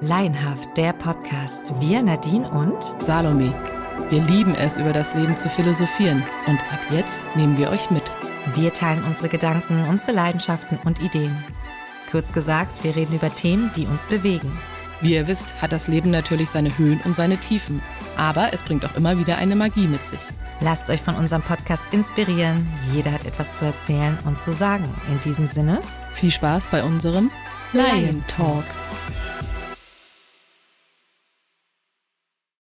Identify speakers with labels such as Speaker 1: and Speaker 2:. Speaker 1: Leinhaft, der Podcast. Wir, Nadine und
Speaker 2: Salome. Wir lieben es, über das Leben zu philosophieren. Und ab jetzt nehmen wir euch mit.
Speaker 1: wir teilen unsere Gedanken, unsere Leidenschaften und Ideen. Kurz gesagt, wir reden über Themen, die uns bewegen.
Speaker 2: Wie ihr wisst, hat das Leben natürlich seine Höhen und seine Tiefen. Aber es bringt auch immer wieder eine Magie mit sich.
Speaker 1: Lasst euch von unserem Podcast inspirieren. Jeder hat etwas zu erzählen und zu sagen. In diesem Sinne,
Speaker 2: Viel Spaß bei unserem Lion Talk.